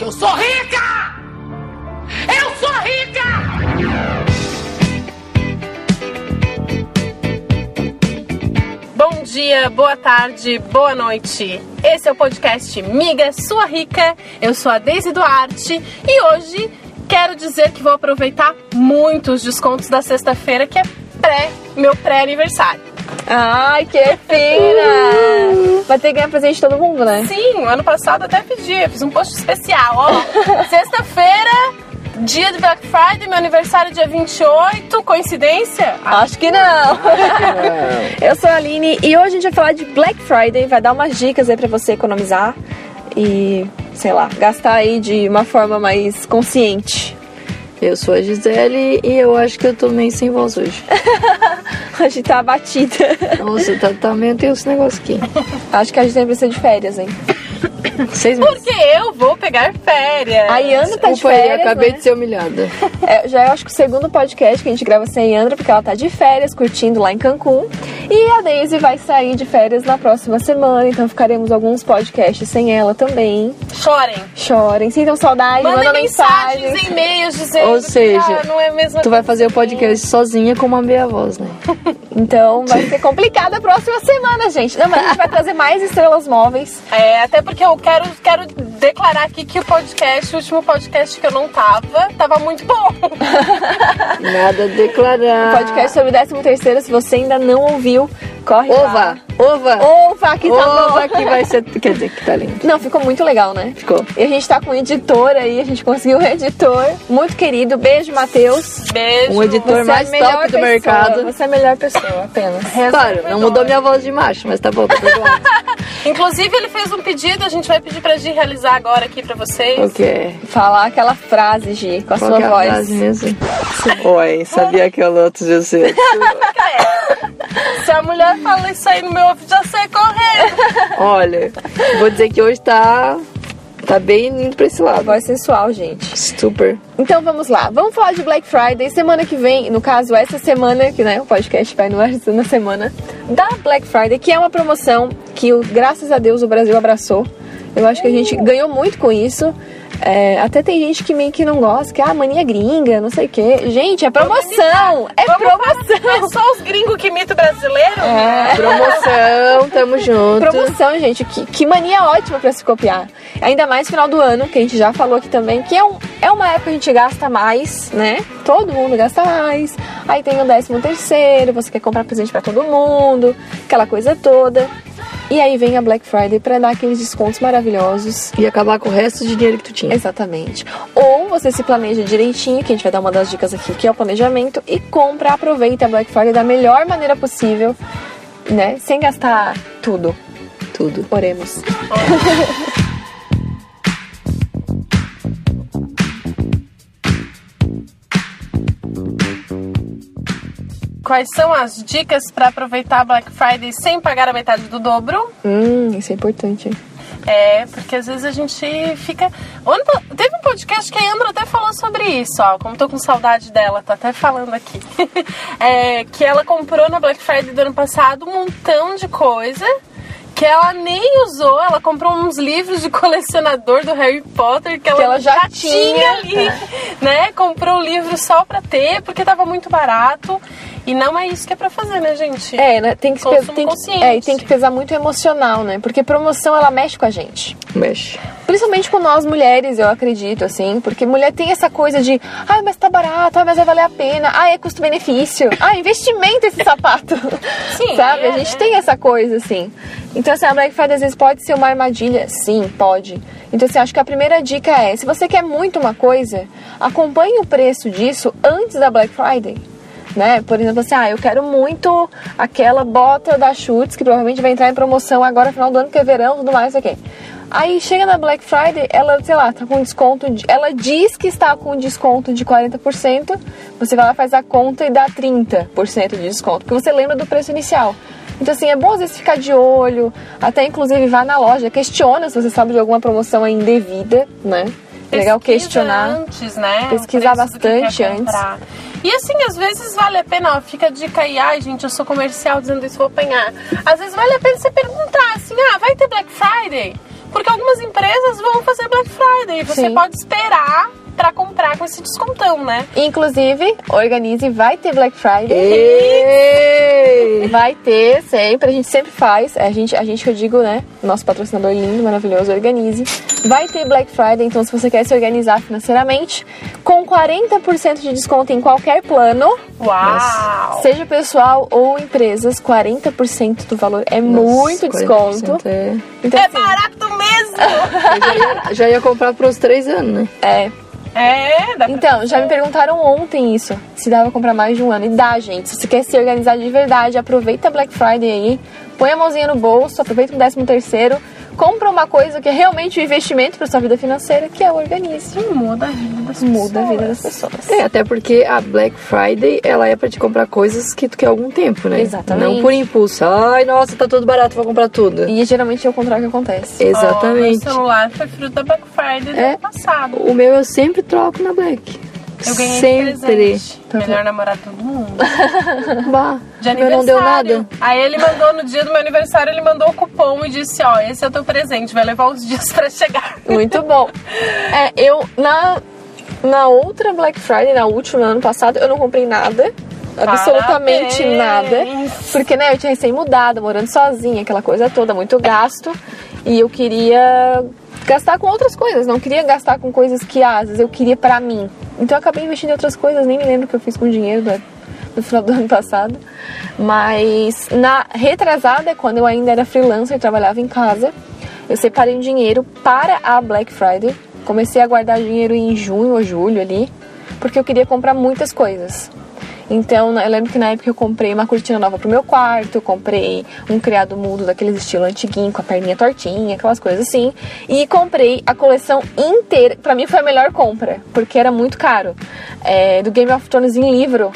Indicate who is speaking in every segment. Speaker 1: Eu sou rica! Eu sou rica!
Speaker 2: Bom dia, boa tarde, boa noite. Esse é o podcast Miga Sua Rica. Eu sou a Deise Duarte e hoje quero dizer que vou aproveitar muito os descontos da sexta-feira que é pré, meu pré-aniversário.
Speaker 3: Ai, que fina! Vai ter que ganhar presente de todo mundo, né?
Speaker 2: Uh, Sim, ano passado eu até pedi, fiz um post especial, ó. Sexta-feira, dia do Black Friday, meu aniversário é dia 28, coincidência? Ah,
Speaker 3: Acho que não! Eu sou a Aline e hoje a gente vai falar de Black Friday, vai dar umas dicas aí pra você economizar e, sei lá, gastar aí de uma forma mais consciente.
Speaker 4: Eu sou a Gisele e eu acho que eu tô meio sem voz hoje.
Speaker 3: A gente tá abatida.
Speaker 4: Nossa, tá, tá meio tenso esse negócio aqui.
Speaker 3: Acho que a gente precisa de férias, hein?
Speaker 4: Seis meses.
Speaker 2: Porque eu vou pegar férias.
Speaker 3: A Yandra tá de
Speaker 4: Opa, aí,
Speaker 3: férias,
Speaker 4: acabei
Speaker 3: né?
Speaker 4: de ser humilhada.
Speaker 3: É, já é, acho que o segundo podcast que a gente grava sem a Yandra, porque ela tá de férias, curtindo lá em Cancún. E a Daisy vai sair de férias na próxima semana, então ficaremos alguns podcasts sem ela também.
Speaker 2: Chorem.
Speaker 3: Chorem, sintam saudade,
Speaker 2: Mandem
Speaker 3: mandam
Speaker 2: mensagens,
Speaker 3: mensagens.
Speaker 2: e-mails dizendo
Speaker 4: Ou
Speaker 2: que,
Speaker 4: seja,
Speaker 2: ah, não é mesmo
Speaker 4: Tu vai fazer o podcast sozinha com uma meia voz, né?
Speaker 3: Então vai ser complicado a próxima semana, gente. Não, mas a gente vai trazer mais estrelas móveis.
Speaker 2: É, até porque eu quero, quero declarar aqui que o podcast, o último podcast que eu não tava, tava muito bom.
Speaker 4: Nada a declarar.
Speaker 3: Podcast sobre 13 terceiro, se você ainda não ouviu,
Speaker 4: é
Speaker 3: corre lá.
Speaker 4: Ova, ova,
Speaker 3: Ova, que tá bom.
Speaker 4: ova que vai ser... Quer dizer, que tá lindo.
Speaker 3: Não, ficou muito legal, né?
Speaker 4: Ficou.
Speaker 3: E a gente tá com um editor aí, a gente conseguiu um editor muito querido. Beijo, Matheus.
Speaker 2: Beijo.
Speaker 4: Um editor
Speaker 3: Você é a
Speaker 4: mais
Speaker 3: melhor
Speaker 4: top do
Speaker 3: pessoa,
Speaker 4: mercado.
Speaker 3: Você é a melhor pessoa, apenas.
Speaker 4: Claro, não mudou minha voz de macho, mas tá bom, tá perdoado.
Speaker 2: Inclusive, ele fez um pedido, a gente vai pedir pra Gi realizar agora aqui pra vocês.
Speaker 4: O que é?
Speaker 3: Falar aquela frase, Gi, com a
Speaker 4: Qual
Speaker 3: sua
Speaker 4: que é a
Speaker 3: voz.
Speaker 4: frase mesmo? Oi, sabia que eu loto de você.
Speaker 2: Se a mulher fala isso aí no meu ouvido, já sai correndo.
Speaker 4: Olha, vou dizer que hoje tá... Tá bem indo pra esse
Speaker 3: A
Speaker 4: lado.
Speaker 3: voz sensual, gente.
Speaker 4: Super.
Speaker 3: Então vamos lá, vamos falar de Black Friday. Semana que vem, no caso, essa semana, que né, o podcast vai no ar na semana, da Black Friday, que é uma promoção que, o- graças a Deus, o Brasil abraçou. Eu acho que a gente ganhou muito com isso. É, até tem gente que meio que não gosta, que é ah, mania gringa, não sei o quê. Gente, é promoção! É
Speaker 2: É
Speaker 3: promoção!
Speaker 2: só os gringos que imitam brasileiro?
Speaker 3: É.
Speaker 4: Promoção, tamo junto.
Speaker 3: Promoção, gente, que, que mania ótima pra se copiar. Ainda mais final do ano, que a gente já falou aqui também, que é, um, é uma época que a gente gasta mais, né? Todo mundo gasta mais. Aí tem o décimo terceiro, você quer comprar presente pra todo mundo, aquela coisa toda. E aí vem a Black Friday pra dar aqueles descontos maravilhosos.
Speaker 4: E acabar com o resto de dinheiro que tu tinha.
Speaker 3: Exatamente. Ou você se planeja direitinho, que a gente vai dar uma das dicas aqui, que é o planejamento, e compra, aproveita a Black Friday da melhor maneira possível, né? Sem gastar tudo.
Speaker 4: Tudo.
Speaker 3: Oremos.
Speaker 2: Quais são as dicas pra aproveitar a Black Friday sem pagar a metade do dobro?
Speaker 3: Hum, isso é importante.
Speaker 2: É, porque às vezes a gente fica. Ano pa- Teve um podcast que a Andra até falou sobre isso, ó. Como tô com saudade dela, tô até falando aqui. É, que ela comprou na Black Friday do ano passado um montão de coisa que ela nem usou. Ela comprou uns livros de colecionador do Harry Potter que ela,
Speaker 3: ela já tinha.
Speaker 2: ali, né? Comprou o livro só pra ter, porque tava muito barato. E não é isso que é pra fazer, né, gente?
Speaker 3: É, né? Tem que, se
Speaker 2: Consumo
Speaker 3: tem que,
Speaker 2: consciente.
Speaker 3: é, e tem que pesar muito o emocional, né? Porque promoção ela mexe com a gente.
Speaker 4: Mexe.
Speaker 3: Principalmente com nós mulheres, eu acredito, assim. Porque mulher tem essa coisa de, ai, mas tá barato, ai, mas vai valer a pena, ai, é custo-benefício, ai, investimento esse sapato.
Speaker 2: Sim,
Speaker 3: Sabe?
Speaker 2: é,
Speaker 3: a gente
Speaker 2: é.
Speaker 3: tem essa coisa, assim. Então, assim, a Black Friday às vezes pode ser uma armadilha? Sim, pode. Então, assim, acho que a primeira dica é: se você quer muito uma coisa, acompanhe o preço disso antes da Black Friday. Né? Por exemplo, assim, ah, eu quero muito aquela bota da Schutz, que provavelmente vai entrar em promoção agora, final do ano, que é verão, tudo mais, isso aqui. Aí chega na Black Friday, ela, sei lá, tá com desconto. de- ela diz que está com um desconto de 40%. Você vai lá, faz a conta e dá 30% de desconto. Porque você lembra do preço inicial. Então, assim, é bom às vezes ficar de olho. Até inclusive vá na loja, questiona se você sabe de alguma promoção aí indevida, né? É legal
Speaker 2: Pesquisa
Speaker 3: questionar.
Speaker 2: antes, né? O
Speaker 3: Pesquisar
Speaker 2: preço do que quer
Speaker 3: bastante antes.
Speaker 2: comprar. E assim, às vezes vale a pena, ó, fica a dica aí, ai gente, eu sou comercial dizendo isso, vou apanhar. Às vezes vale a pena você perguntar assim, ah, vai ter Black Friday? Porque algumas empresas vão fazer Black Friday. e Você
Speaker 3: Sim.
Speaker 2: pode esperar pra comprar com esse descontão, né?
Speaker 3: Inclusive, organize, vai ter Black Friday.
Speaker 4: Ei!
Speaker 3: Vai ter sempre, a gente sempre faz. é, A gente, a gente que eu digo, né? Nosso patrocinador lindo, maravilhoso, organize. Vai ter Black Friday, então se você quer se organizar financeiramente, com 40% de desconto em qualquer plano,
Speaker 2: Uau!
Speaker 3: seja pessoal ou empresas, 40% do valor é muito desconto.
Speaker 4: 40% É.
Speaker 3: Então,
Speaker 2: É
Speaker 3: assim,
Speaker 2: barato mesmo!
Speaker 4: Eu já ia, já ia comprar pros três anos, né?
Speaker 3: é.
Speaker 2: é, dá pra...
Speaker 3: Então, já me perguntaram ontem isso, se dava pra comprar mais de um ano. E dá, gente. Se você quer se organizar de verdade, aproveita a Black Friday aí, põe a mãozinha no bolso, aproveita o 13 terceiro, compra uma coisa que é realmente um investimento pra sua vida financeira, que é o organize.
Speaker 2: muda a vida das pessoas.
Speaker 3: Muda a vida das pessoas.
Speaker 4: É, até porque a Black Friday, ela é pra te comprar coisas que tu quer há algum tempo, né?
Speaker 3: Exatamente.
Speaker 4: Não por impulso. Ai, nossa, tá tudo barato, vou comprar tudo.
Speaker 3: E geralmente é o contrário que acontece.
Speaker 4: Exatamente.
Speaker 2: Ó,
Speaker 3: Ah,
Speaker 2: meu celular foi fruto da Black Friday do
Speaker 4: É.
Speaker 2: ano passado.
Speaker 4: O meu eu sempre troco na Black.
Speaker 2: Eu ganhei de
Speaker 4: sempre.
Speaker 2: presente.
Speaker 3: Tá
Speaker 2: Melhor namorado do mundo.
Speaker 4: Bah,
Speaker 2: De
Speaker 4: o meu
Speaker 2: aniversário.
Speaker 4: não deu nada.
Speaker 2: Aí ele mandou no dia do meu aniversário, ele mandou o cupom e disse, ó, esse é o teu presente, vai levar uns dias pra chegar.
Speaker 3: Muito bom. É, eu, na, na outra Black Friday, na última, no ano passado, eu não comprei nada. Absolutamente
Speaker 2: Parabéns.
Speaker 3: nada. Porque, né, eu tinha recém-mudado, morando sozinha, aquela coisa toda, muito gasto. E eu queria gastar com outras coisas, não queria gastar com coisas que, ah, às vezes, eu queria pra mim. Então eu acabei investindo em outras coisas, nem me lembro o que eu fiz com o dinheiro né? do, do final do ano passado. Mas na retrasada, quando eu ainda era freelancer e trabalhava em casa, eu separei um dinheiro para a Black Friday. Comecei a guardar dinheiro em junho ou julho ali, porque eu queria comprar muitas coisas. Então, na- eu lembro que na época eu comprei uma cortina nova pro meu quarto, eu comprei um criado mudo daqueles estilo antiguinho, com a perninha tortinha, aquelas coisas assim. E comprei a coleção inteira. Pra mim foi a melhor compra, porque era muito caro. É, do Game of Thrones em livro.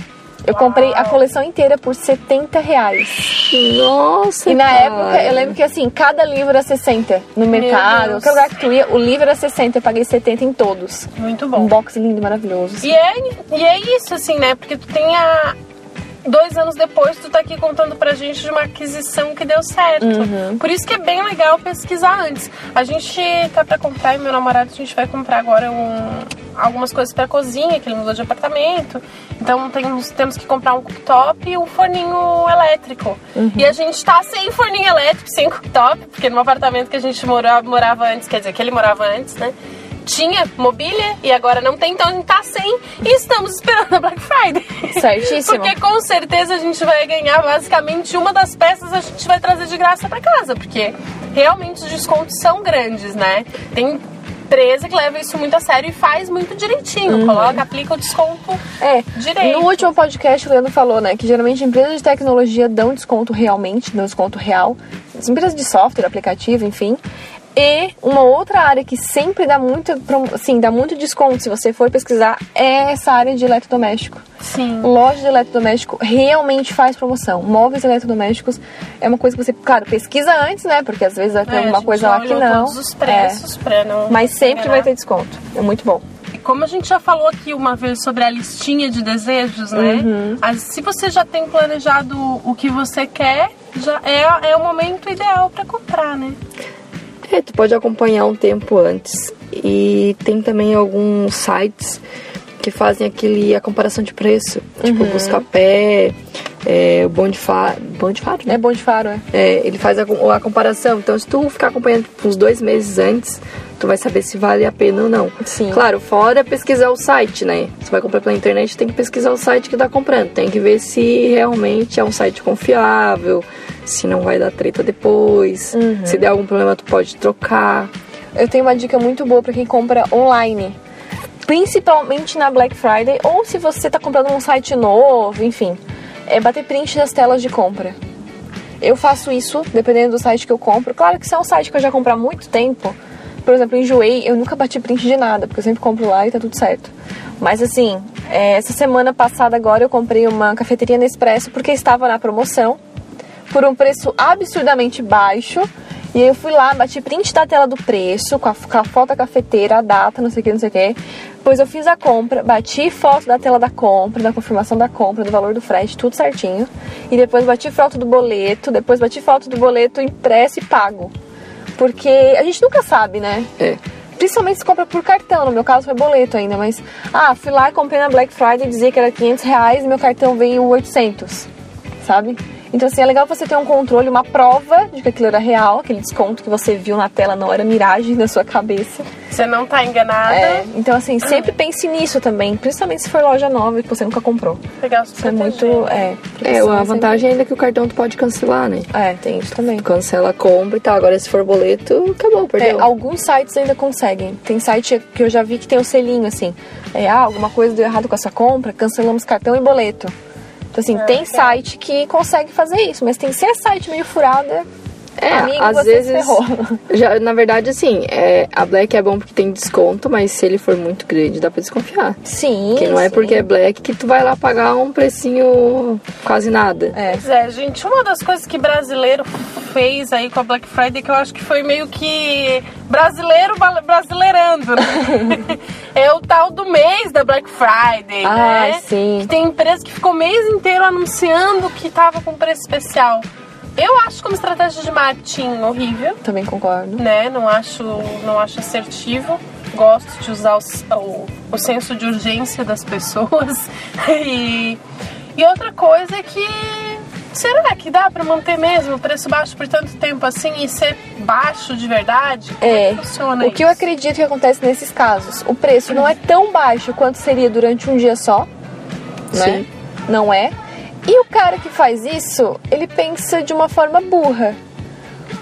Speaker 3: Eu comprei a coleção inteira por 70 reais.
Speaker 4: Nossa,
Speaker 3: E na
Speaker 4: cara.
Speaker 3: época, eu lembro que assim, cada livro era 60. No mercado,
Speaker 2: Deus.
Speaker 3: qualquer lugar que tu ia, o livro era 60. Eu paguei 70 em todos.
Speaker 2: Muito
Speaker 3: Um
Speaker 2: bom.
Speaker 3: box lindo, maravilhoso.
Speaker 2: E é, e é isso, assim, né? Porque tu tem a. Dois anos depois, tu tá aqui contando pra gente de uma aquisição que deu certo. Por isso que é bem legal pesquisar antes. A gente tá pra comprar, e meu namorado, a gente vai comprar agora um- algumas coisas pra cozinha, que ele mudou de apartamento. Então temos, temos que comprar um cooktop e um forninho elétrico. E a gente tá sem forninho elétrico, sem cooktop, porque no apartamento que a gente morava, morava antes, quer dizer, que ele morava antes, né? tinha mobília e agora não tem, então a gente tá sem e estamos esperando a Black Friday.
Speaker 3: Certíssimo.
Speaker 2: Porque com certeza a gente vai ganhar basicamente uma das peças a gente vai trazer de graça pra casa, porque realmente os descontos são grandes, né? Tem empresa que leva isso muito a sério e faz muito direitinho,
Speaker 3: Uhum.
Speaker 2: coloca, aplica o desconto
Speaker 3: É,
Speaker 2: direito.
Speaker 3: no último podcast o Leandro falou, né, que geralmente empresas de tecnologia dão desconto realmente, dão desconto real. As empresas de software, aplicativo, enfim. E uma outra área que sempre dá muito, prom- assim, dá muito desconto se você for pesquisar é essa área de eletrodoméstico.
Speaker 2: Sim.
Speaker 3: Loja de eletrodoméstico realmente faz promoção. Móveis eletrodomésticos é uma coisa que você, claro, pesquisa antes, né? Porque às vezes vai ter
Speaker 2: É, a
Speaker 3: alguma
Speaker 2: gente
Speaker 3: coisa lá que
Speaker 2: olhou
Speaker 3: não.
Speaker 2: Todos os
Speaker 3: É.
Speaker 2: preços pra não
Speaker 3: Mas sempre
Speaker 2: enganar.
Speaker 3: vai ter desconto. É muito bom.
Speaker 2: E Como a gente já falou aqui uma vez sobre a listinha de desejos, né?
Speaker 3: Uhum.
Speaker 2: As- se você já tem planejado o que você quer, já é, é o momento ideal pra comprar, né?
Speaker 4: É, tu pode acompanhar um tempo antes. E tem também alguns sites que fazem aquele a comparação de preço. Tipo, o Buscapé, é, o Bom de Faro. Bom de Faro, né?
Speaker 3: É bom de faro, é.
Speaker 4: É, ele faz a, com- a comparação. Então, se tu ficar acompanhando tipo, uns dois meses antes, tu vai saber se vale a pena ou não.
Speaker 3: Sim.
Speaker 4: Claro, fora é pesquisar o site, né? Você vai comprar pela internet, tem que pesquisar o site que tá comprando. Tem que ver se realmente é um site confiável, se não vai dar treta depois. Se der algum problema, tu pode trocar.
Speaker 3: Eu tenho uma dica muito boa pra quem compra online. Principalmente na Black Friday ou se você tá comprando num site novo, enfim. É bater print das telas de compra. Eu faço isso dependendo do site que eu compro. Claro que se é um site que eu já compro há muito tempo, por exemplo, eu enjoei, eu nunca bati print de nada, porque eu sempre compro lá e tá tudo certo. Mas assim, é, essa semana passada agora eu comprei uma cafeteria Nespresso porque estava na promoção por um preço absurdamente baixo. E aí eu fui lá, bati print da tela do preço, com a, com a foto da cafeteira, a data, não sei o que, não sei o que. Pois eu fiz a compra, bati foto da tela da compra, da confirmação da compra, do valor do frete, tudo certinho. E depois bati foto do boleto, depois bati foto do boleto impresso e pago. Porque a gente nunca sabe, né?
Speaker 4: É.
Speaker 3: Principalmente se compra por cartão, no meu caso foi boleto ainda, mas... Ah, fui lá e comprei na Black Friday, dizia que era 500 reais e meu cartão veio 800, sabe? Então, assim, é legal você ter um controle, uma prova de que aquilo era real, aquele desconto que você viu na tela não era miragem da sua cabeça.
Speaker 2: Você não tá enganada.
Speaker 3: É, então, assim, sempre pense nisso também, principalmente se for loja nova que você nunca comprou.
Speaker 2: Pegar os
Speaker 3: Isso é muito... É,
Speaker 4: É,
Speaker 3: precisa
Speaker 4: a
Speaker 3: ser-
Speaker 4: vantagem ainda é que o cartão tu pode cancelar, né?
Speaker 3: É, tem isso também.
Speaker 4: Cancela, compra e tal. Agora, se for boleto, acabou,
Speaker 3: É,
Speaker 4: perdeu.
Speaker 3: alguns sites ainda conseguem. Tem site que eu já vi que tem o selinho assim. É, ah, alguma coisa deu errado com essa compra, cancelamos cartão e boleto. Então, assim, tem site que consegue fazer isso, mas tem se é site meio furada.
Speaker 4: É,
Speaker 3: amigo,
Speaker 4: às
Speaker 3: você se
Speaker 4: vezes.
Speaker 3: ferrou.
Speaker 4: Já, na verdade, assim, é, a Black é bom porque tem desconto, mas se ele for muito grande, dá pra desconfiar.
Speaker 3: Sim.
Speaker 4: Porque não é
Speaker 3: sim.
Speaker 4: porque é Black que tu vai lá pagar um precinho quase nada.
Speaker 3: É.
Speaker 2: Pois é, gente, uma das coisas que brasileiro fez aí com a Black Friday que eu acho que foi meio que brasileiro bal- brasileirando, né? é o tal do mês da Black Friday,
Speaker 3: Ah,
Speaker 2: né?
Speaker 3: sim.
Speaker 2: Que tem empresa que ficou o mês inteiro anunciando que tava com preço especial. Eu acho como estratégia de marketing horrível,
Speaker 3: Também concordo.
Speaker 2: né? Não acho, não acho assertivo. Gosto de usar os- o, o senso de urgência das pessoas. E, e outra coisa é que será que dá pra manter mesmo o preço baixo por tanto tempo assim e ser baixo de verdade? Como
Speaker 3: É.
Speaker 2: que funciona
Speaker 3: O que eu
Speaker 2: isso?
Speaker 3: acredito que acontece nesses casos? O preço não é tão baixo quanto seria durante um dia só. Né?
Speaker 4: Sim.
Speaker 3: Não é. E o cara que faz isso, ele pensa de uma forma burra.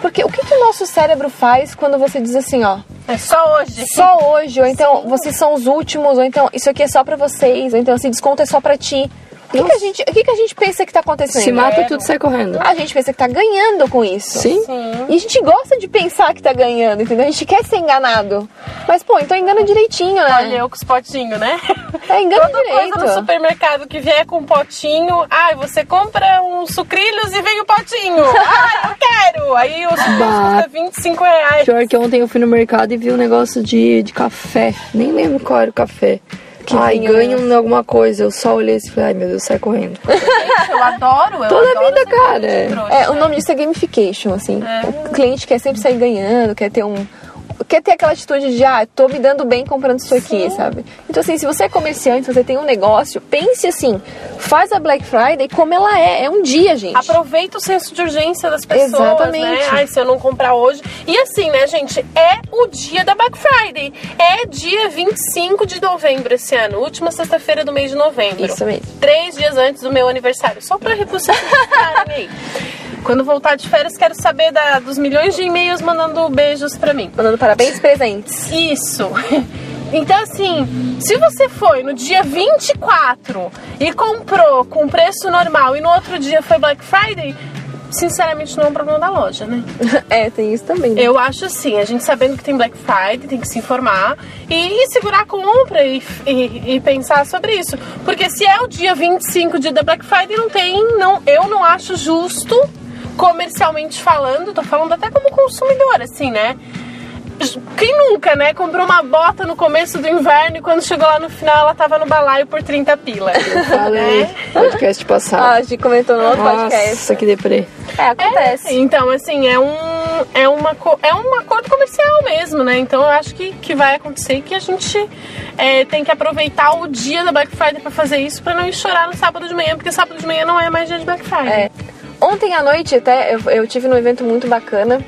Speaker 3: Porque o que, que o nosso cérebro faz quando você diz assim, ó,
Speaker 2: É só hoje.
Speaker 3: só hoje, ou então vocês são os últimos, ou então isso aqui é só pra vocês, ou então esse desconto é só pra ti. O que, que a, gente, o que, que a gente pensa que tá acontecendo?
Speaker 4: Se mata, tudo sai correndo.
Speaker 3: A gente pensa que tá ganhando com isso.
Speaker 4: Sim?
Speaker 2: Sim.
Speaker 3: E a gente gosta de pensar que tá ganhando, entendeu? A gente quer ser enganado. Mas, pô, então engana direitinho, né?
Speaker 2: Olha, eu com os potinhos, né?
Speaker 3: é, engana
Speaker 2: Toda coisa no
Speaker 3: direito.
Speaker 2: supermercado que vier com um potinho, ai, você compra uns sucrilhos e vem o potinho. ai, eu quero! Aí o sucrilhos
Speaker 4: Bah.
Speaker 2: custa 25 reais.
Speaker 4: Pior que ontem eu fui no mercado e vi um negócio de, de café. Nem lembro qual era o café. ai,
Speaker 3: vinho né?
Speaker 4: ganho em alguma coisa. Eu só olhei e falei, ai meu Deus, sai correndo.
Speaker 2: Eu adoro, eu
Speaker 4: Toda
Speaker 2: adoro
Speaker 4: vida,
Speaker 2: essa coisa de
Speaker 4: cara.
Speaker 2: trouxa.
Speaker 3: É, o nome disso é gamification, assim. O cliente quer sempre sair ganhando, quer ter um. Quer ter aquela atitude de, ah, tô me dando bem comprando isso aqui, sabe? Então, assim, se você é comerciante, se você tem um negócio, pense assim, faz a Black Friday como ela é. É um dia,
Speaker 2: Ah,
Speaker 3: gente.
Speaker 2: Aproveita o senso de urgência das pessoas,
Speaker 3: Exatamente.
Speaker 2: né? Ai, se eu não comprar hoje... E assim, né, gente? É o dia da Black Friday. É dia 25 de novembro esse ano. Última sexta-feira do mês de novembro.
Speaker 3: Isso mesmo.
Speaker 2: Três dias antes do meu aniversário. Só pra vocês ficarem aí. Quando voltar de férias, quero saber da- dos milhões de e-mails mandando beijos pra mim.
Speaker 3: Mandando parabéns presentes.
Speaker 2: Isso. Então, assim, se você foi no dia 24 e comprou com preço normal e no outro dia foi Black Friday, sinceramente não é um problema da loja, né?
Speaker 3: é, tem isso também. né?
Speaker 2: Eu acho assim, a gente sabendo que tem Black Friday, tem que se informar e, segurar a compra e, e- e pensar sobre isso. Porque se é o dia 25, dia da Black Friday, não tem, não, eu não acho justo, comercialmente falando, tô falando até como consumidora, assim, né? Quem nunca, né, comprou uma bota no começo do inverno e quando chegou lá no final ela tava no balaio por 30 pila.
Speaker 4: Falei,
Speaker 2: né?
Speaker 4: podcast
Speaker 3: Ah,
Speaker 4: passado.
Speaker 3: a gente comentou no outro podcast.
Speaker 4: Nossa, que deprê.
Speaker 3: É, acontece.
Speaker 2: Então, assim, é um, é, uma, co- é um acordo comercial mesmo, né? Então eu acho que, que vai acontecer e que a gente é, tem que aproveitar o dia da Black Friday pra fazer isso, pra não ir chorar no sábado de manhã, porque sábado de manhã não é mais dia de Black Friday.
Speaker 3: É. Ontem à noite até eu, eu tive num evento muito bacana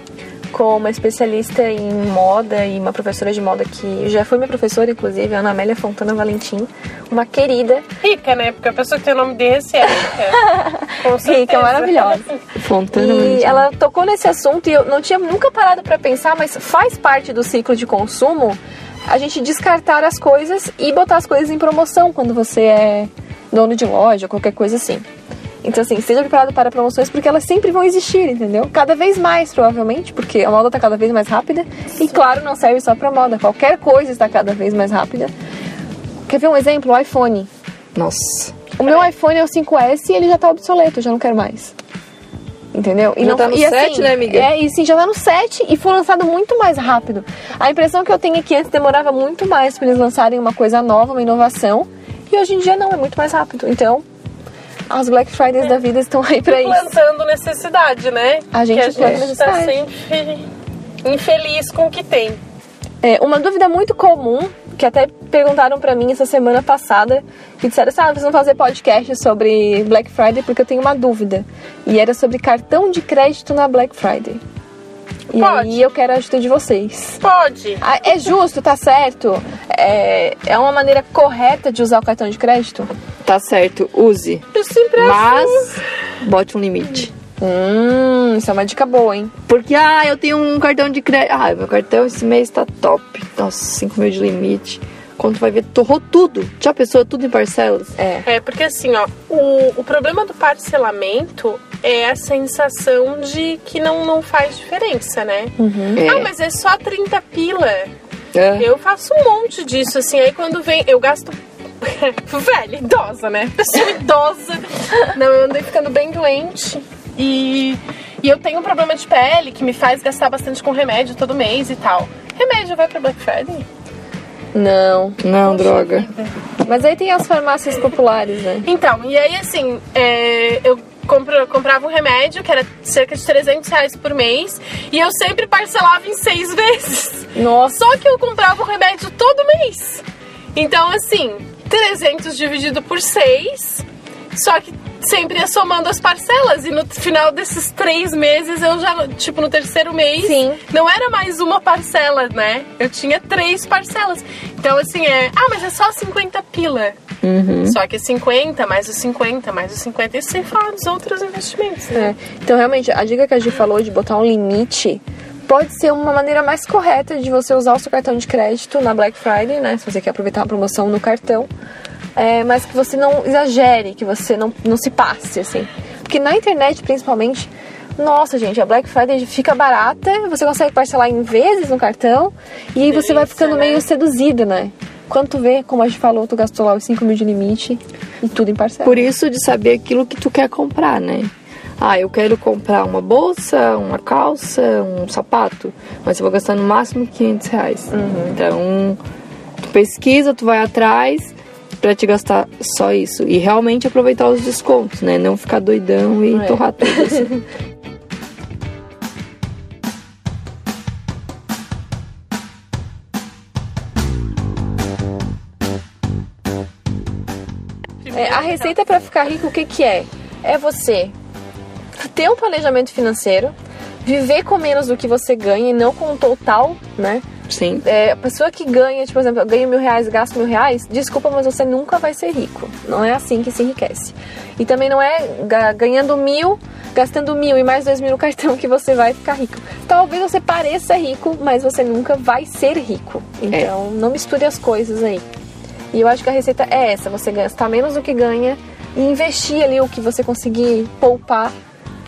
Speaker 3: com uma especialista em moda e uma professora de moda que já foi minha professora, inclusive, a Ana Amélia Fontana Valentim, uma querida,
Speaker 2: Rica, né? Porque a pessoa que tem o nome desse é rica. Com
Speaker 3: rica,
Speaker 2: certeza.
Speaker 3: é maravilhosa.
Speaker 4: Fontana
Speaker 3: E
Speaker 4: Valentim.
Speaker 3: ela tocou nesse assunto e eu não tinha nunca parado pra pensar, mas faz parte do ciclo de consumo a gente descartar as coisas e botar as coisas em promoção quando você é dono de loja, qualquer coisa assim. Então, assim, seja preparado para promoções porque elas sempre vão existir, entendeu? Cada vez mais, provavelmente, porque a moda tá cada vez mais rápida. E, claro, não serve só pra moda, qualquer coisa está cada vez mais rápida. Quer ver um exemplo? O iPhone.
Speaker 4: Nossa.
Speaker 3: O meu iPhone é o 5S e ele já tá obsoleto, eu já não quero mais. Entendeu? E
Speaker 4: Já tá no 7, né, amiga?
Speaker 3: É, e sim, já tá no 7 e foi lançado muito mais rápido. A impressão que eu tenho é que antes demorava muito mais pra eles lançarem uma coisa nova, uma inovação. E hoje em dia não, é muito mais rápido. Então, as Black Fridays da vida estão aí pra É isso.
Speaker 2: Plantando necessidade, né?
Speaker 3: A gente
Speaker 2: que a
Speaker 3: planta
Speaker 2: gente tá
Speaker 3: necessidade.
Speaker 2: sempre infeliz com o que tem.
Speaker 3: É, uma dúvida muito comum, que até perguntaram pra mim essa semana passada, que disseram assim, ah, vocês vão fazer podcast sobre Black Friday porque eu tenho uma dúvida. E era sobre cartão de crédito na Black Friday. E
Speaker 2: Pode.
Speaker 3: aí eu quero a ajuda de vocês.
Speaker 2: Pode.
Speaker 3: Ah, é justo, tá certo? É, é uma maneira correta de usar o cartão de crédito?
Speaker 4: Tá certo, use.
Speaker 2: Eu sempre
Speaker 4: Mas bote um limite.
Speaker 3: Hum, isso é uma dica boa, hein?
Speaker 4: Porque, ah, eu tenho um cartão de crédito. Ah, meu cartão esse mês tá top. Nossa, 5 mil de limite. Quando tu vai ver, torrou tudo. Já pensou tudo em parcelas?
Speaker 3: É.
Speaker 2: É, porque assim, ó, o, o problema do parcelamento é a sensação de que não, não faz diferença, né?
Speaker 4: É.
Speaker 2: Ah, mas é só 30 pila.
Speaker 4: É.
Speaker 2: Eu faço um monte disso, assim, aí quando vem, eu gasto. Velha, idosa, né? Pessoa idosa. Não, eu andei ficando bem doente. E, e eu tenho um problema de pele que me faz gastar bastante com remédio todo mês e tal. Remédio vai pra Black Friday?
Speaker 3: Não.
Speaker 4: Não, droga.
Speaker 3: Mas aí tem as farmácias populares, né?
Speaker 2: Então, e aí assim, é, eu compro- comprava um remédio que era cerca de 300 reais por mês e eu sempre parcelava em seis vezes.
Speaker 3: Nossa.
Speaker 2: Só que eu comprava o remédio todo mês. Então, assim, 300 dividido por seis, só que sempre ia somando as parcelas e no final desses três meses eu já, tipo, no terceiro mês,
Speaker 3: Sim.
Speaker 2: não era mais uma parcela, né? Eu tinha três parcelas. Então, assim, é, ah, mas é só 50 pila. Só que 50, mais os 50, mais os 50, isso sem falar dos outros investimentos. né?
Speaker 3: É. Então, realmente, a dica que a Gi falou de botar um limite pode ser uma maneira mais correta de você usar o seu cartão de crédito na Black Friday, né? Se você quer aproveitar uma promoção no cartão. É, mas que você não exagere, que você não, não se passe, assim. Porque na internet, principalmente, nossa, gente, a Black Friday fica barata, você consegue parcelar em vezes no cartão, e aí você vai ficando meio seduzida, né? Quando tu vê, como a gente falou, tu gastou lá os 5 mil de limite e tudo em parcela.
Speaker 4: Por isso de saber aquilo que tu quer comprar, né? Ah, eu quero comprar uma bolsa, uma calça, um sapato, mas eu vou gastar no máximo 500 reais.
Speaker 2: Uhum.
Speaker 4: Então, tu pesquisa, tu vai atrás pra te gastar só isso. E realmente aproveitar os descontos, né? Não ficar doidão e
Speaker 3: É.
Speaker 4: torrar tudo. assim.
Speaker 3: É, a receita para ficar rico, o que, que é? É você ter um planejamento financeiro, viver com menos do que você ganha e não com o total, né?
Speaker 4: Sim.
Speaker 3: É, a pessoa que ganha, tipo, por exemplo, eu ganho mil reais e gasto mil reais, desculpa, mas você nunca vai ser rico. Não é assim que se enriquece. E também não é ga- ganhando mil, gastando mil e mais dois mil no cartão que você vai ficar rico. Talvez você pareça rico, mas você nunca vai ser rico. Então não misture as coisas aí. E eu acho que a receita é essa: você gastar menos do que ganha e investir ali o que você conseguir poupar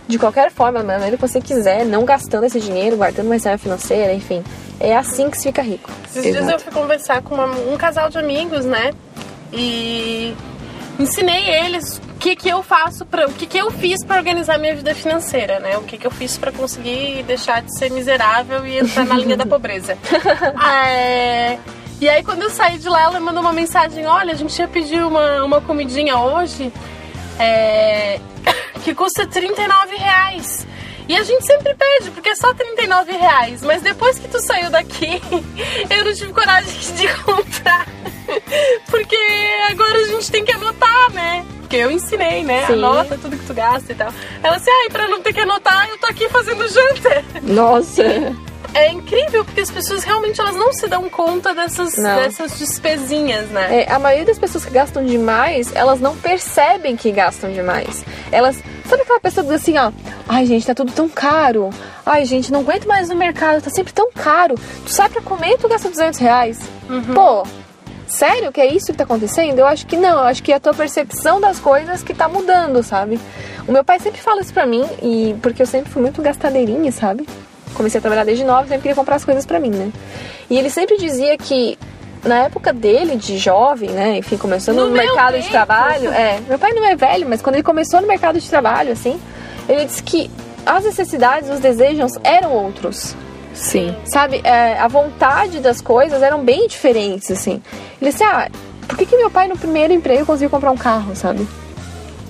Speaker 3: de qualquer forma, da maneira que você quiser, não gastando esse dinheiro, guardando uma reserva financeira, enfim. É assim que se fica rico.
Speaker 2: Esses dias
Speaker 4: Exato.
Speaker 2: eu fui conversar com uma- um casal de amigos, né? E ensinei eles o que, que eu faço para o que, que eu fiz para organizar minha vida financeira, né? O que, que eu fiz para conseguir deixar de ser miserável e entrar na linha da pobreza. É, E aí quando eu saí de lá, ela mandou uma mensagem: Olha, a gente ia pedir uma, uma comidinha hoje é, que custa 39 reais. E a gente sempre pede, porque é só 39 reais. Mas depois que tu saiu daqui, eu não tive coragem de comprar. Porque agora a gente tem que anotar, né? Porque eu ensinei, né?
Speaker 3: Sim.
Speaker 2: Anota tudo que tu gasta e tal. Ela assim, ai, pra não ter que anotar, eu tô aqui fazendo janta.
Speaker 4: Nossa!
Speaker 2: É incrível, porque as pessoas realmente elas não se dão conta dessas,
Speaker 3: Não.
Speaker 2: dessas despesinhas, né?
Speaker 3: É, a maioria das pessoas que gastam demais, elas não percebem que gastam demais. Elas. Sabe aquela pessoa que diz assim, ó, ai gente, tá tudo tão caro. Ai, gente, não aguento mais no mercado, tá sempre tão caro. Tu sai pra comer e tu gasta 200 reais. Pô, sério que é isso que tá acontecendo? Eu acho que não, eu acho que é a tua percepção das coisas que tá mudando, sabe? O meu pai sempre fala isso pra mim, e porque eu sempre fui muito gastadeirinha, sabe? Comecei a trabalhar desde nova, sempre queria comprar as coisas pra mim, né? E ele sempre dizia que na época dele, de jovem, né? Enfim, começando
Speaker 2: No
Speaker 3: no,
Speaker 2: meu
Speaker 3: mercado de
Speaker 2: tempo.
Speaker 3: trabalho. É, meu pai não é velho, mas quando ele começou no mercado de trabalho, assim, ele disse que as necessidades, os desejos eram outros
Speaker 4: Sim.
Speaker 3: sabe, é, a vontade das coisas eram bem diferentes, assim. Ele disse, ah, por que, que meu pai no primeiro emprego conseguiu comprar um carro, sabe?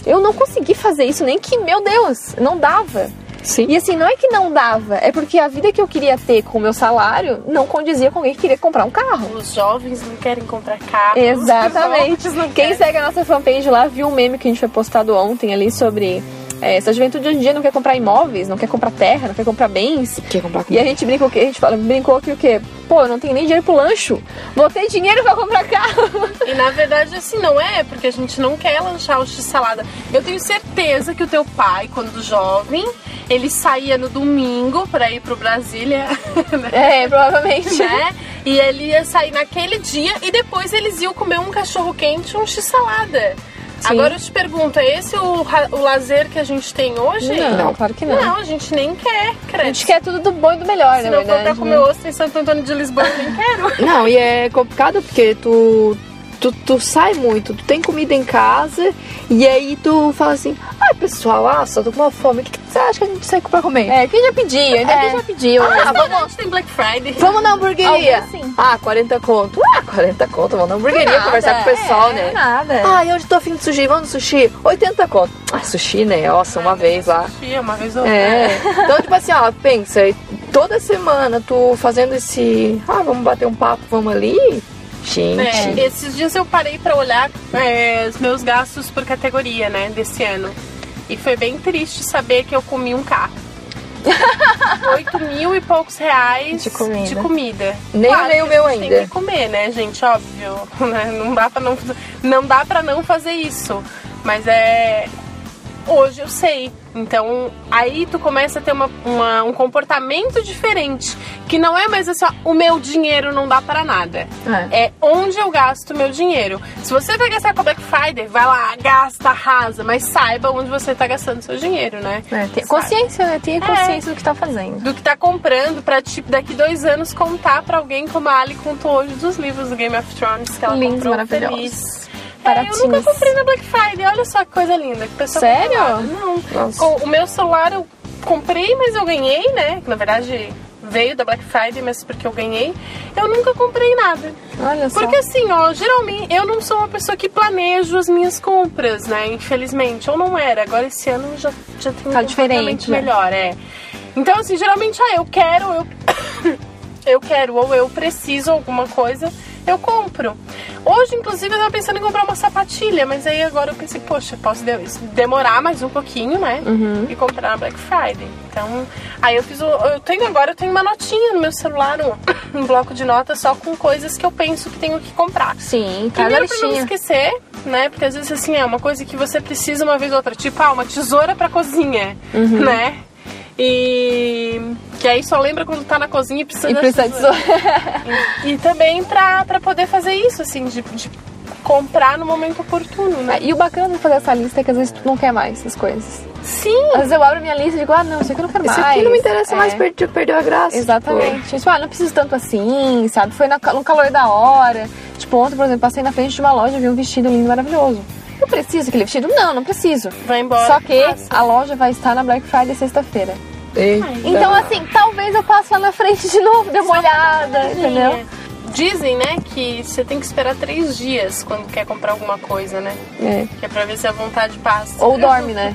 Speaker 3: Eu não consegui fazer isso, nem que, meu Deus, não dava.
Speaker 4: Sim.
Speaker 3: E assim, não é que não dava, é porque a vida que eu queria ter com o meu salário não condizia com alguém que queria comprar um carro.
Speaker 2: Os jovens não querem comprar carro.
Speaker 3: Exatamente.
Speaker 2: Os jovens não
Speaker 3: Quem
Speaker 2: querem.
Speaker 3: segue a nossa fanpage lá viu um meme que a gente foi postado ontem ali sobre é, essa juventude hoje em dia não quer comprar imóveis, não quer comprar terra, não quer comprar bens.
Speaker 4: Quer comprar
Speaker 3: E a
Speaker 4: comida?
Speaker 3: gente brinca o quê? A gente fala, brincou que o quê? Pô, eu não tenho nem dinheiro pro lancho. Vou ter dinheiro pra comprar carro.
Speaker 2: E na verdade assim não é, porque a gente não quer lanchar o x-salada. Eu tenho certeza que o teu pai, quando jovem, ele saía no domingo pra ir pro Brasília, né?
Speaker 3: É, provavelmente.
Speaker 2: né? E ele ia sair naquele dia e depois eles iam comer um cachorro quente e um x-salada.
Speaker 3: Sim.
Speaker 2: Agora eu te pergunto, é esse o, ra- o lazer que a gente tem hoje?
Speaker 3: Não, claro que não.
Speaker 2: Não, a gente nem quer, credo.
Speaker 3: A gente quer tudo do bom e do melhor,
Speaker 2: Se
Speaker 3: na
Speaker 2: não for
Speaker 3: verdade.
Speaker 2: pra
Speaker 3: né?
Speaker 2: comer ostra em Santo Antônio de Lisboa, eu nem quero.
Speaker 4: Não, e é complicado porque tu, tu, tu sai muito, tu tem comida em casa e aí tu fala assim, ai pessoal, ah, só tô com uma fome, o que, que você acha que a gente sai pra comer?
Speaker 3: É, quem já pediu? Ainda
Speaker 4: É.
Speaker 3: quem já pediu.
Speaker 4: Ah, vamos,
Speaker 2: Restaurante tem Black Friday.
Speaker 4: vamos na hamburgueria.
Speaker 3: Algum assim.
Speaker 4: Ah, 40 conto. Ah, 40 conto, vamos na hamburgueria
Speaker 3: Nada,
Speaker 4: conversar com o pessoal,
Speaker 3: é,
Speaker 4: né?
Speaker 3: Nada.
Speaker 4: Ah, e hoje tô afim de sushi, vamos no sushi? 80 conto. Ah, sushi, né? Nossa, uma vez lá.
Speaker 2: Tia, uma vez ou
Speaker 4: É. Então, tipo assim, ó, pensa, toda semana tu fazendo esse. Ah, vamos bater um papo, vamos ali. Gente.
Speaker 2: É, esses dias eu parei pra olhar é, os meus gastos por categoria, né, desse ano. E foi bem triste saber que eu comi um carro. Oito mil e poucos reais
Speaker 4: De comida.
Speaker 2: comida.
Speaker 4: Nem
Speaker 2: Claro
Speaker 4: olhei o
Speaker 2: que a
Speaker 4: meu
Speaker 2: gente Tem
Speaker 4: ainda.
Speaker 2: que comer, né, gente? Óbvio. né? Não dá pra não, não, dá pra não fazer isso. Mas é. Hoje eu sei. Então, aí tu começa a ter uma, uma- um comportamento diferente. Que não é mais assim, ó, o meu dinheiro não dá pra nada
Speaker 4: É.
Speaker 2: é onde eu gasto meu dinheiro. Se você vai gastar com a Black Friday, vai lá, gasta, arrasa, mas saiba onde você tá gastando seu dinheiro, né?
Speaker 5: É, ter consciência, né? Tenha consciência do que tá fazendo.
Speaker 2: Do que tá comprando pra, tipo, daqui dois anos contar pra alguém como a Ali contou hoje dos livros do Game of Thrones que ela
Speaker 5: Lindos,
Speaker 2: comprou um
Speaker 5: maravilhosos.
Speaker 2: feliz.
Speaker 5: Para
Speaker 2: É, eu nunca
Speaker 5: times.
Speaker 2: comprei na Black Friday, olha só que coisa linda. Que pessoa
Speaker 3: Sério?
Speaker 2: controlada. Não.
Speaker 3: É.
Speaker 4: Nossa.
Speaker 2: O, o meu celular eu comprei, mas eu ganhei, né? Que na verdade veio da Black Friday, mas porque eu ganhei. Eu nunca comprei nada.
Speaker 3: Olha só.
Speaker 2: Porque assim, ó, geralmente eu não sou uma pessoa que planejo as minhas compras, né? Infelizmente, eu não era. Agora esse ano eu já, já tenho
Speaker 3: Tá
Speaker 2: um
Speaker 3: diferente,
Speaker 2: comportamento
Speaker 3: né?
Speaker 2: melhor, é. Então, assim, geralmente, ah, eu quero, eu, eu quero ou eu preciso alguma coisa, eu compro. Hoje, inclusive, eu tava pensando em comprar uma sapatilha, mas aí agora eu pensei, poxa, posso de- demorar mais um pouquinho, né? E comprar na Black Friday. Então, aí eu fiz o. Eu tenho agora, eu tenho uma notinha no meu celular, um, um bloco de notas só com coisas que eu penso que tenho que comprar.
Speaker 3: Tá,
Speaker 5: Sim, cada
Speaker 2: Primeiro pra não
Speaker 5: listinha.
Speaker 2: esquecer, né? Porque às vezes assim é uma coisa que você precisa uma vez ou outra, tipo, ah, uma tesoura pra cozinha,
Speaker 3: Uhum.
Speaker 2: né? E que aí só lembra quando tá na cozinha e precisa
Speaker 3: E
Speaker 2: da
Speaker 3: precisa de
Speaker 2: E, e também pra, pra poder fazer isso, assim, de, de comprar no momento oportuno, né?
Speaker 3: E o bacana de fazer essa lista é que às vezes tu não quer mais essas coisas.
Speaker 2: Sim!
Speaker 3: Às vezes eu abro minha lista e digo, ah, não, isso aqui eu não quero
Speaker 4: Isso
Speaker 3: mais.
Speaker 4: aqui não me interessa
Speaker 3: É,
Speaker 4: mais, perde- perdeu a graça.
Speaker 3: Exatamente. Tipo, ah, não preciso tanto assim, sabe? Foi na- no calor da hora. Tipo, ontem, por exemplo, passei na frente de uma loja e vi um vestido lindo, maravilhoso. Eu preciso daquele vestido? Não, não preciso.
Speaker 2: Vai embora.
Speaker 3: Só que
Speaker 2: Passa.
Speaker 3: a loja vai estar na Black Friday sexta-feira.
Speaker 4: Pô. Eita.
Speaker 3: Então, assim, talvez eu passe lá na frente de novo, dê uma olhada, entendeu?
Speaker 2: Dizem, né, que você tem que esperar três dias quando quer comprar alguma coisa, né?
Speaker 3: É.
Speaker 2: Que é pra ver se a vontade passa.
Speaker 3: Ou dorme, né?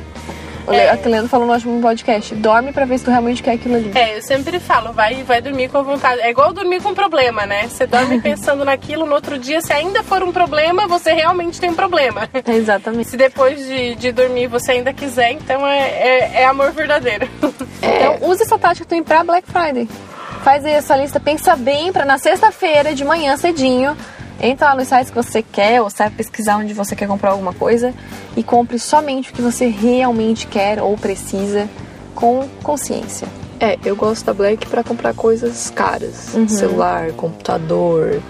Speaker 3: O Le-
Speaker 2: É.
Speaker 3: a Leandro falou no último podcast. Dorme pra ver se tu realmente quer aquilo ali.
Speaker 2: É, eu sempre falo, vai, vai dormir com a vontade. É igual dormir com problema, né? Você dorme pensando naquilo, no outro dia, se ainda for um problema, você realmente tem um problema.
Speaker 3: Exatamente.
Speaker 2: Se depois de, de dormir você ainda quiser, então é, é, é amor verdadeiro.
Speaker 3: Então, usa essa tática que tu tem pra Black Friday. Faz aí essa lista, pensa bem pra na sexta-feira, de manhã cedinho, entra lá nos sites que você quer, ou sabe pesquisar onde você quer comprar alguma coisa e compre somente o que você realmente quer ou precisa com consciência.
Speaker 4: É, eu gosto da Black pra comprar coisas caras.
Speaker 3: Uhum.
Speaker 4: Celular, computador.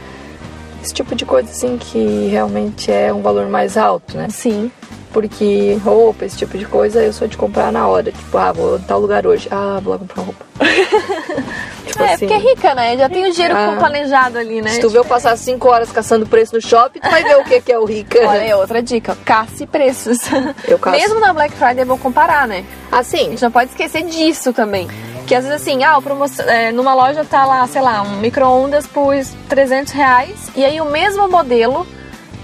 Speaker 4: Esse tipo de coisa assim que realmente é um valor mais alto, né?
Speaker 3: Sim.
Speaker 4: Porque roupa, esse tipo de coisa, eu sou de comprar na hora. Tipo, ah, vou em tal lugar hoje. Ah, vou lá comprar roupa. tipo
Speaker 3: É,
Speaker 4: assim.
Speaker 3: porque é rica, né? Já tem o dinheiro
Speaker 4: Ah.
Speaker 3: planejado ali, né?
Speaker 4: Se tu vê eu passar cinco horas caçando preço no shopping, tu vai ver o que que é o rica.
Speaker 3: Olha aí, outra dica, casse preços.
Speaker 4: Eu caço.
Speaker 3: Mesmo na Black Friday é bom comparar, né? A
Speaker 4: Assim,
Speaker 3: gente não pode esquecer disso também. Que às vezes assim, ah, o promoção, é, numa loja tá lá, sei lá, um micro-ondas por 300 reais e aí o mesmo modelo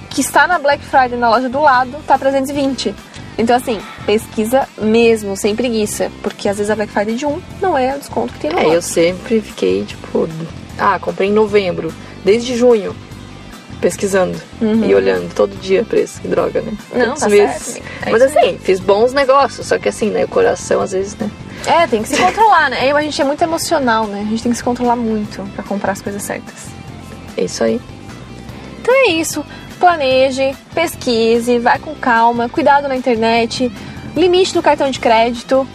Speaker 3: que está na Black Friday na loja do lado tá 320. Então, assim, pesquisa mesmo, sem preguiça. Porque às vezes a Black Friday de um não é o desconto que tem no
Speaker 4: É,
Speaker 3: outro.
Speaker 4: eu sempre fiquei, tipo, ah, comprei em novembro, desde junho, pesquisando e olhando todo dia preço, que droga, né?
Speaker 3: Não,
Speaker 4: Tantos
Speaker 3: tá
Speaker 4: meses.
Speaker 3: certo, amiga. É
Speaker 4: Mas
Speaker 3: isso
Speaker 4: assim, fiz bons negócios, só que assim, né, o coração às vezes, né?
Speaker 3: É, tem que se controlar, né? É, A gente é muito emocional, né? A gente tem que se controlar muito pra comprar as coisas certas.
Speaker 4: É isso aí.
Speaker 3: Então é isso. Planeje, pesquise, vai com calma, cuidado na internet, limite no cartão de crédito.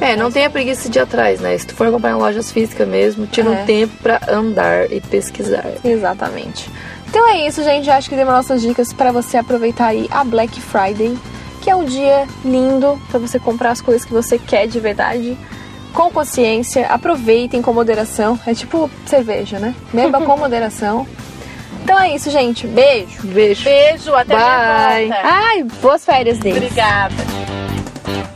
Speaker 4: É, não tenha preguiça de ir atrás, né? Se tu for comprar em lojas físicas mesmo,
Speaker 3: É.
Speaker 4: tira um tempo pra andar e pesquisar.
Speaker 3: Exatamente. Então é isso, gente. Acho que demos nossas dicas pra você aproveitar aí a Black Friday, que é um dia lindo pra você comprar as coisas que você quer de verdade. Com consciência, aproveitem com moderação. É tipo cerveja, né? Beba com moderação. Então é isso, gente. Beijo.
Speaker 4: Beijo.
Speaker 2: Beijo, até a minha
Speaker 4: Bye.
Speaker 2: volta.
Speaker 3: Ai, boas férias, Dê.
Speaker 2: Obrigada.